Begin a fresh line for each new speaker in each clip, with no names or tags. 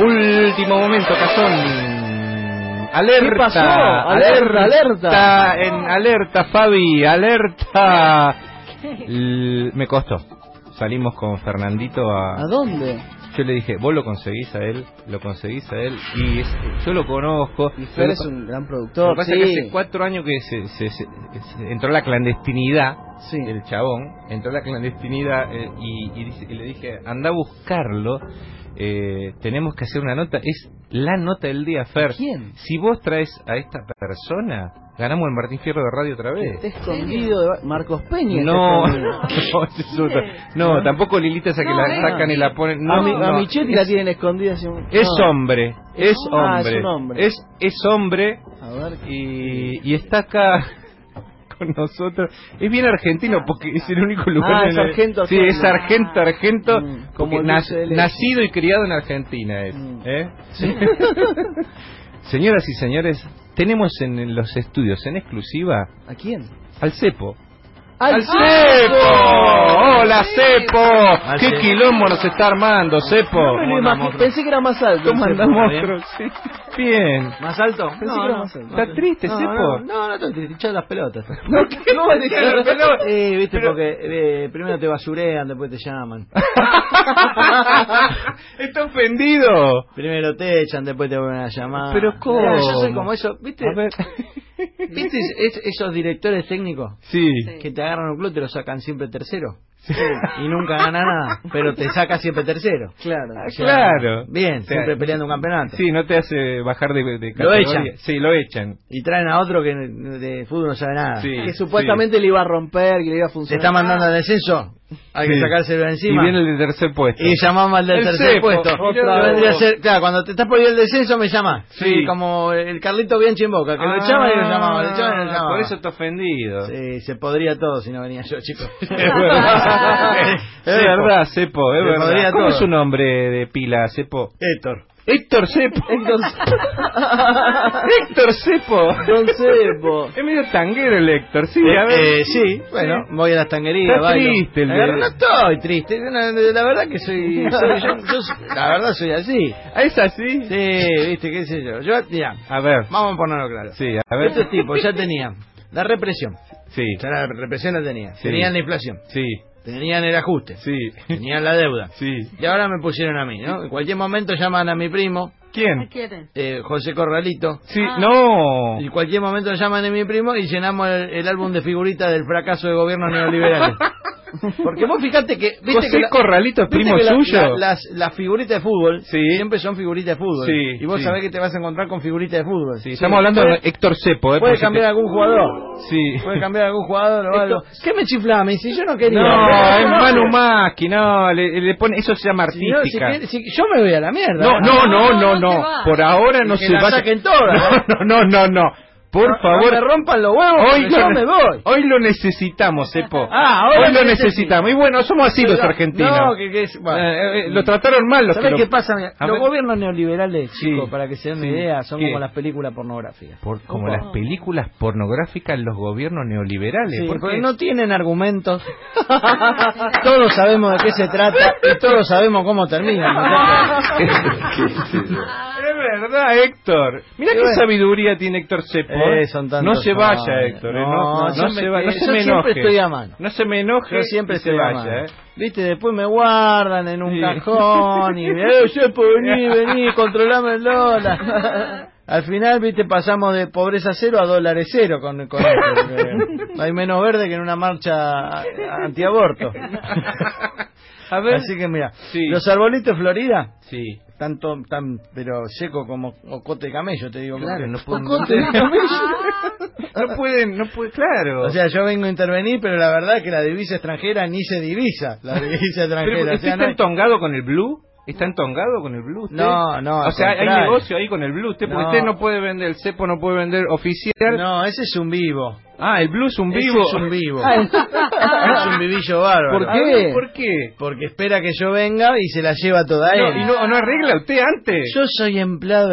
Último momento, Cazón. Alerta,
¿Qué pasó? Alerta, alerta.
en alerta, Fabi, alerta. L- me costó. Salimos con Fernandito a.
¿A dónde?
Yo le dije, vos lo conseguís a él, lo conseguís a él y es- yo lo conozco.
Y
Lo
Fer
que
es
pa-
un gran
Lo que
productor.
pasa
Sí.
es que hace cuatro años que se, se- se- se- entró la clandestinidad,
Sí.
el chabón, entró la clandestinidad eh, y, y dice- y le dije, anda a buscarlo, eh, tenemos que hacer una nota, es la nota del día, Fer.
¿Quién?
Si vos traes a esta persona, ganamos el Martín Fierro de Radio otra vez.
Está escondido de Marcos Peña.
No,
está escondido.
no, ese es otro. No, tampoco Lilita esa que
No,
la
eh.
sacan y la ponen. No,
a, mi- a
no.
Michetti la tienen escondida. hace un-
Es
no.
hombre, es
Ah, es
hombre,
un hombre.
es es hombre
A ver,
y, y está acá con nosotros. Es bien argentino porque es el único lugar.
Ah, es
en el-
argento,
Sí, es argento,
argento.
argento.
Mm,
como
como el
nas-
dulce de leche.
nacido y criado en Argentina es.
Mm.
¿eh? Señoras y señores, tenemos en, en los estudios en exclusiva
¿a quién?
al cepo.
¡Al
cepo! ¡Hola, cepo!
Al
¡Qué
Cepo.
quilombo nos está armando, cepo!
No me lo imagino, Pensé que era más alto.
¿Cómo
el
anda,
cepo.
monstruo? Sí. Bien.
¿Más alto?
Pensé que era más alto.
¿Está triste,
no,
Cepo?
No, no, no estoy triste, hinchado las pelotas.
No, ¿qué?
No, de-
Pero- pero-
Eh, viste,
pero-
porque eh, primero te basurean, después te llaman.
Está ofendido.
Primero te echan, después te vuelven a llamar.
Pero ¿cómo?
Claro, yo soy como eso, ¿viste?
A ver.
¿Viste es- esos directores técnicos?
Sí.
Sí.
Que te agarran un club y te lo sacan siempre tercero. Y nunca gana nada, pero te saca siempre tercero.
Claro.
Ah, Claro.
Bien,
O sea,
siempre peleando un campeonato.
Sí, no te hace bajar de, de
Lo
categoría.
echan.
Sí, lo echan.
Y traen a otro que de fútbol no sabe nada.
Sí.
Que supuestamente le iba a romper, que le iba a
Se
funcionar.
está mandando al descenso, hay
Sí.
que sacárselo de
Y
encima.
viene el de tercer puesto.
Y llamamos al del
El
tercer
cepo,
puesto.
otra
Que vendría a
vez.
ser- claro, cuando te estás por ir al descenso me llama.
Sí.
Sí, como el Carlito Bianchi en Boca, que lo llama y lo llamaba, lo llama y lo llamaba.
Ah, Por eso está ofendido.
Sí, Eh, se podría todo si no venía yo, chicos.
Es verdad. Es verdad, Cepo, es
Le
verdad.
podría
¿Cómo
todo.
es su nombre de pila, Cepo?
Héctor.
Héctor Cepo.
Héctor
Héctor Cepo.
Don Cepo.
Es medio tanguero el Héctor, sí, a ver.
Eh, eh, sí, bueno, voy a las tanguerías,
Está
bailo.
triste el de-
Eh, No estoy triste, no, no, la verdad que soy, soy- yo- yo- la verdad soy así.
¿Es así?
Sí, viste, qué sé yo. Yo, mira,
A ver.
vamos a ponerlo claro.
Sí, a
Este
ver.
tipo ya tenía la represión,
Sí,
ya la represión la tenía,
Sí.
tenían la inflación,
sí,
tenían el ajuste,
sí,
tenían la deuda.
sí.
Y ahora me pusieron a mí, ¿no? En cualquier momento llaman a mi primo,
¿Quién?
quieren?
eh, José Corralito.
Sí,
Ah.
no.
Y en cualquier momento llaman a mi primo y llenamos el, el álbum de figuritas del fracaso de gobiernos neoliberales. Porque vos fijate que... ¿viste
José
que la-
Corralito es
viste
primo
que la-
suyo.
la- las, las figuritas de fútbol
Sí.
siempre son figuritas de fútbol.
Sí,
y vos
sí.
sabés que te vas a encontrar con figuritas de fútbol.
Sí, estamos hablando de
Puede-
Héctor Cepo, ¿eh?
Puede
por si te-
cambiar algún jugador.
Sí.
Puede cambiar algún jugador o algo. ¿Qué me chiflaba? Me dice, yo no quería.
No, es
No,
Manu Maschi, no, le, le pone, eso se llama
si no, si
artística.
quiere- si- yo me voy a la mierda.
No, no, no,
No,
no,
no se
no.
va.
Por ahora no
Y que
se
la
vaya.
saquen todas.
No, no, no, no. Por
No- no
favor.
me rompan los huevos,
Hoy
porque yo me voy.
hoy lo necesitamos, Epo.
Ah, ahora
hoy lo
me necesito.
necesitamos. Y bueno, somos así los
Pero-
argentinos.
No, que, que es- bueno.
Eh, eh, eh, lo trataron mal los
¿Sabés
que
qué
lo-
pasa? Mira,
A
los
ver.
gobiernos neoliberales,
Sí.
chicos, para que se den una
Sí.
idea, son
¿Qué?
como las películas pornográficas.
Por- como
Opa.
las películas pornográficas, los gobiernos neoliberales.
Sí,
¿Por
porque
qué?
no tienen argumentos. todos sabemos de qué se trata y todos sabemos cómo termina. muchachos.
es verdad, Héctor. Mira
Y
qué
bueno.
sabiduría tiene Héctor Cepo. ¿eh?
Eh, son tantos
no se vaya,
años.
Héctor. eh,
No,
No, no,
yo
se
me-
vaya. No
yo
se me
siempre
enoje.
estoy a mano.
No se me enoje.
Yo siempre
y se
estoy a
vaya.
mano.
¿eh?
Viste, después me guardan en un
Sí.
cajón y eh, Cepo, vení, vení, controlame el dólar. Al final, viste, pasamos de pobreza cero a dólares cero con, con esto, porque Hay menos verde que en una marcha antiaborto.
A ver.
Así que mira,
Sí.
los arbolitos de Florida,
Sí.
tanto tan pero seco como ocote de camello, te digo.
Claro, no pueden-
Ocote de camello.
No pueden, no pueden, claro.
O sea, yo vengo a intervenir, pero la verdad que la divisa extranjera ni se divisa. La divisa
Pero,
extranjera. o
¿usted
sea,
está
no hay-
entongado con el blue? ¿Está entongado con el blue usted?
No, no,
O
al
sea, hay
contrario.
negocio ahí con el blue. Usted, porque
No.
usted no puede vender, el cepo no puede vender oficial.
No, ese es un vivo.
Ah, el blue es un
Ese
vivo.
es un vivo.
Ah,
es un vivillo bárbaro.
¿Por
A
qué?
ver.
¿Por qué?
Porque espera que yo venga y se la lleva toda
No,
él.
y no, no arregla usted antes.
Yo soy empleado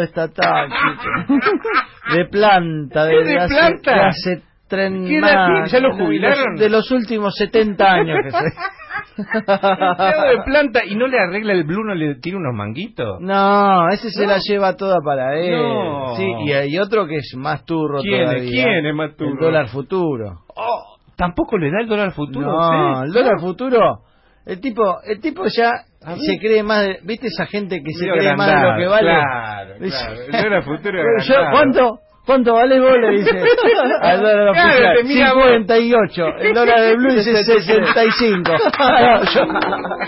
estatal, chico. De planta,
¿Qué
de,
de
hace,
planta?
de hace tren
¿Qué edad
más,
tiene? ¿Ya lo jubilaron?
De los, de los últimos 70 años que soy.
Empleado de planta y no le arregla el blue, no le tira unos manguitos.
No, ese se la lleva toda para él.
No.
Sí, y hay otro que es más turro
¿Quién es?
todavía.
¿Quién es más turro?
El dólar futuro.
Oh, tampoco le da el dólar futuro.
no,
¿sí?
el dólar futuro. El tipo, el tipo ya
A ver.
se cree más. de- ¿Viste esa gente que se
Medio
cree más de lo
agrandado,
que vale?
claro, claro. El dólar futuro
Yo,
agrandado.
¿Cuánto? ¿Cuánto vale vos? Le dice. Al dólar
Claro,
oficial,
te mira vos.
58. El dólar de Blue dice 65. No, yo,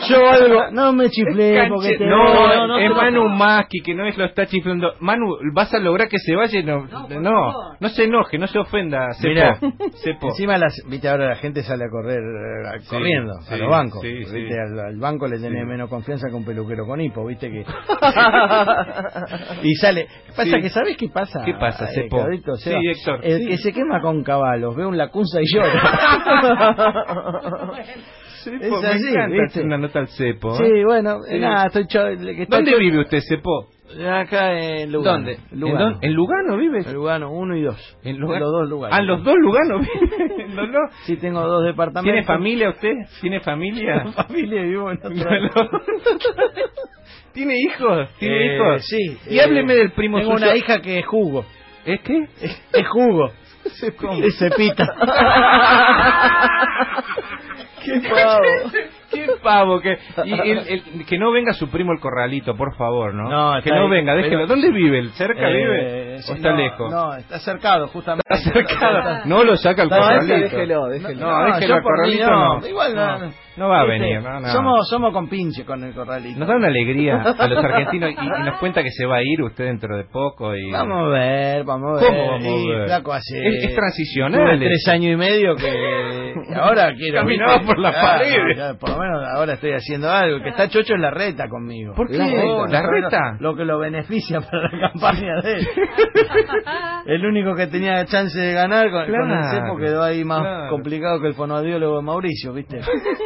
yo valgo. No me chiflé porque
Canche-
te.
no,
no, no,
es
te-
Manu Maski que no es lo está chiflando. Manu, vas a lograr que se vaya. y No, no, no, se enoje, no se ofenda. Sepo,
Mirá.
Sepo.
Encima, las, viste, ahora la gente sale a correr, eh,
Sí,
corriendo,
sí,
a los bancos.
sí, sí.
Viste, Al, al banco le tenés
Sí.
menos confianza que un peluquero con hipo, viste que... y sale. ¿Qué pasa?
Sí.
¿Que sabés qué pasa?
¿Qué pasa,
eh,
Cepo?
Cabrito,
Sí,
Seba?
Héctor,
El
sí.
que se quema con caballos, ve un lacunza y llora.
Sepo,
es
me
así,
encanta
¿viste?
hacer una nota al Sepo. ¿eh?
sí, bueno, eh,
Sí.
nada, estoy... cho- que está
¿Dónde
cho-
vive usted, Sepo?
Acá en Lugano.
¿Dónde?
Lugano.
¿En, dónde? ¿En Lugano vive?
En Lugano, uno y dos.
En Lugano.
los dos lugares.
Ah, los dos Lugano vive. En los dos.
Sí, tengo dos departamentos.
¿Tiene familia usted? ¿Tiene familia?
familia y vivo en otra-
¿Tiene hijos? ¿Tiene
Eh,
hijos?
Sí.
Y
eh,
hábleme del primo
Tengo
suyo.
una hija que es jugo.
¿Es qué?
Es jugo.
¿Cómo?
Es cepita.
Qué
Eh,
pavo.
Qué pavo que y el- el- que no venga su primo el corralito, por favor, ¿no?
No,
que
está
no
ahí,
venga,
pero-
déjelo. ¿Dónde vive? él? ¿Cerca
Eh,
vive
sí,
o está
no,
lejos?
No, está cercado, justamente.
Está cercado. No lo saca el
No,
corralito.
ese déjelo, déjelo.
No, déjelo
yo
al
por mí
corralito
no.
no.
Igual no.
No, no va a
Viste,
venir, no, no.
Somos, somos compinche con el corralito.
Nos da una alegría a los argentinos y, y nos cuenta que se va a ir usted dentro de poco y
Vamos a ver, vamos a ver.
¿Cómo vamos a
Y,
ver?
flaco, hace-
Es- es transicional,
tuve tres
eso.
años y medio que ahora quiero...
Caminaba
¿viste?
por las
Ah,
paredes.
ya, por lo menos ahora estoy haciendo algo. El Que está chocho es la reta conmigo.
¿Por qué? Oh,
La reta.
¿La reta?
Lo que lo beneficia para la campaña de él. el único que tenía chance de ganar con, con el
Claro,
CEPO quedó ahí más
claro.
complicado que el fonoaudiólogo de Mauricio, ¿viste?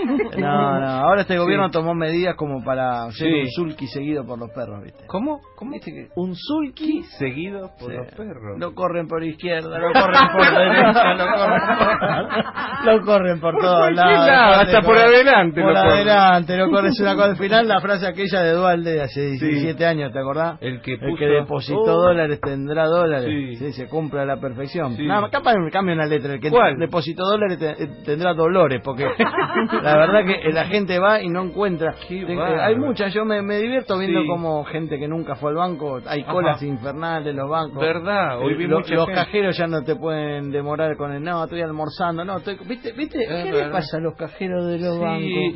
No, no. Ahora este gobierno tomó medidas como para hacer
Sí.
un sulky seguido por los perros, ¿viste?
¿Cómo? ¿Cómo
Un sulky
seguido por
Sí.
los perros?
Lo corren por izquierda, lo corren por derecha, lo corren por, lo corren por todos
cualquier
lados.
lado,
lo corren
hasta por adelante
Por
lo corren.
adelante, lo corren. Es una cosa al final, la frase aquella de Dualde de hace 17 años, ¿te acordás?
El que
El
puso-
que depositó
Oh.
dólares tendrá dólares.
Sí.
Sí. se cumple a la perfección.
Sí.
Nada, capaz me cambia una letra. El que
¿Cuál?
depositó dólares te- eh, tendrá dolores, porque la verdad que eh, la gente va y no encuentra.
Qué
Te-
bárbaro.
hay muchas, yo me, me divierto viendo
Sí.
como gente que nunca fue al banco, hay
Ajá.
colas infernales en los bancos.
¿Verdad? Hoy
Eh,
vi
lo-
mucha
los
gente.
cajeros ya no te pueden demorar con el no, estoy almorzando, no, estoy... ¿Viste? ¿Viste?
Es
¿Qué
verdad.
le pasa a los cajeros de los
Sí.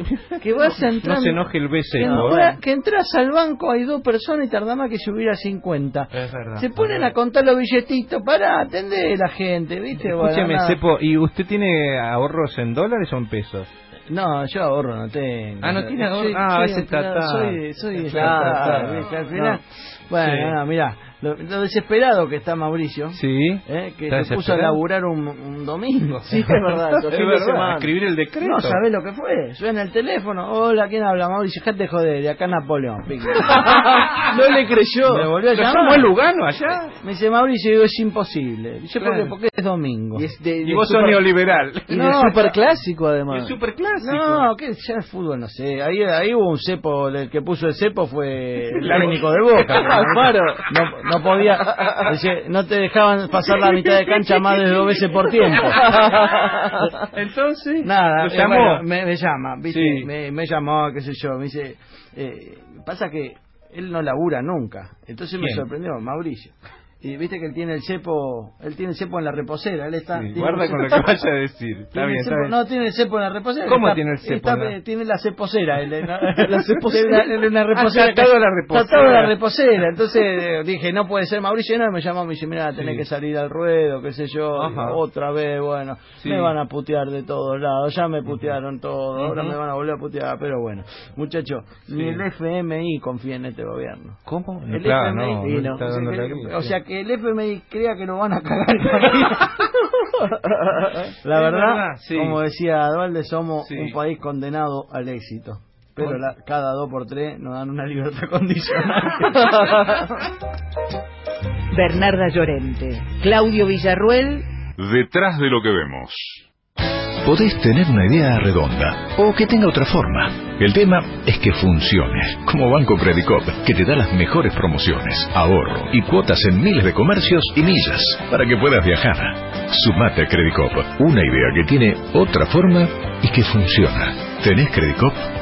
bancos? Que vas a entrar...
No se enoje el BC,
que,
¿no?
entra- que entras al banco, hay dos personas y tarda más que subir a 50.
Es verdad.
Se ponen a contar los billetitos, para atender la gente, ¿viste? Bueno,
Escúcheme,
nada.
Cepo, ¿y usted tiene ahorros en dólares o en pesos?
No, yo ahorro no tengo.
Ah, no tiene ahorro.
Soy-
Ah,
soy
ese
empleado,
tatá.
Soy, soy
Ese
empleado,
tatá.
¿viste? Al
No.
final, bueno,
Sí.
nada, mirá, lo, lo desesperado que está Mauricio,
Sí.
eh, que
¿Está
se puso a
desesperado?
laburar un, un domingo.
Sí, es verdad.
Es
Los fines de
verdad, a
semana.
escribir el decreto.
No sabés lo que fue. Suena el teléfono. Hola, ¿quién habla? Mauricio, dejate de joder. De acá Napoleón. pico. ah,
no le creyó.
Me volvió a
¿Lo
llamar.
llamó a Lugano allá?
Me dice Mauricio, digo, es imposible. Yo
Claro.
porque, porque es domingo.
Y, es de,
Y
de
vos sos
super-
neoliberal.
Y
No,
de superclásico,
Y
además.
es súper clásico.
No, que ya el fútbol, no sé. Ahí, ahí hubo un cepo, el que puso el cepo fue el técnico de Boca.
Alfaro.
No, no podía, dice, no te dejaban pasar la mitad de cancha más de dos veces por tiempo.
Entonces,
Nada,
lo
eh,
llamó.
bueno, me, me llama, ¿viste?
Sí.
Me, me llamó, qué sé yo, me dice, eh, pasa que él no labura nunca, entonces me
¿Quién?
sorprendió, Mauricio. Y viste que él tiene el cepo, él tiene el cepo en la reposera, él está...
Sí,
tiene
guarda
el
con lo
cepo-
que vaya a decir. Está
tiene
bien,
el
está
cepo-
bien.
No, tiene el cepo en la reposera.
¿Cómo
está-
tiene el cepo
está-
en la-
eh, tiene la ceposera. el- la,
La ceposera.
tiene una- una reposera
Ah, está atado a la
que-
reposera.
está atado a la reposera. Entonces eh, dije, no puede ser Mauricio. Y no, me llamó, me dice, mira, tenés
Sí.
que salir al ruedo, qué sé yo.
Ajá.
Digo, Otra vez, bueno,
Sí.
me van a putear de todos lados. Ya me putearon todo, ahora me van a volver a putear. Pero bueno, muchachos, ni el FMI confía en este gobierno.
¿Cómo? No,
El
claro,
FMI,
no,
sí,
no
no.
está
O sea
dando
que-
la guía,
o
sí.
sea que el FMI crea que lo van a cagar. la
Es
verdad,
verdad, sí.
como decía Dualde, somos
Sí.
un país condenado al éxito.
Con-
Pero la- cada dos por tres nos dan una libertad condicional.
Bernarda Llorente, Claudio Villarruel
Detrás de lo que vemos.
podés tener una idea redonda o que tenga otra forma. El tema es que funcione, como Banco Credicop, que te da las mejores promociones, ahorro y cuotas en miles de comercios y millas para que puedas viajar. Sumate a Credicop, una idea que tiene otra forma y que funciona. ¿Tenés Credicop?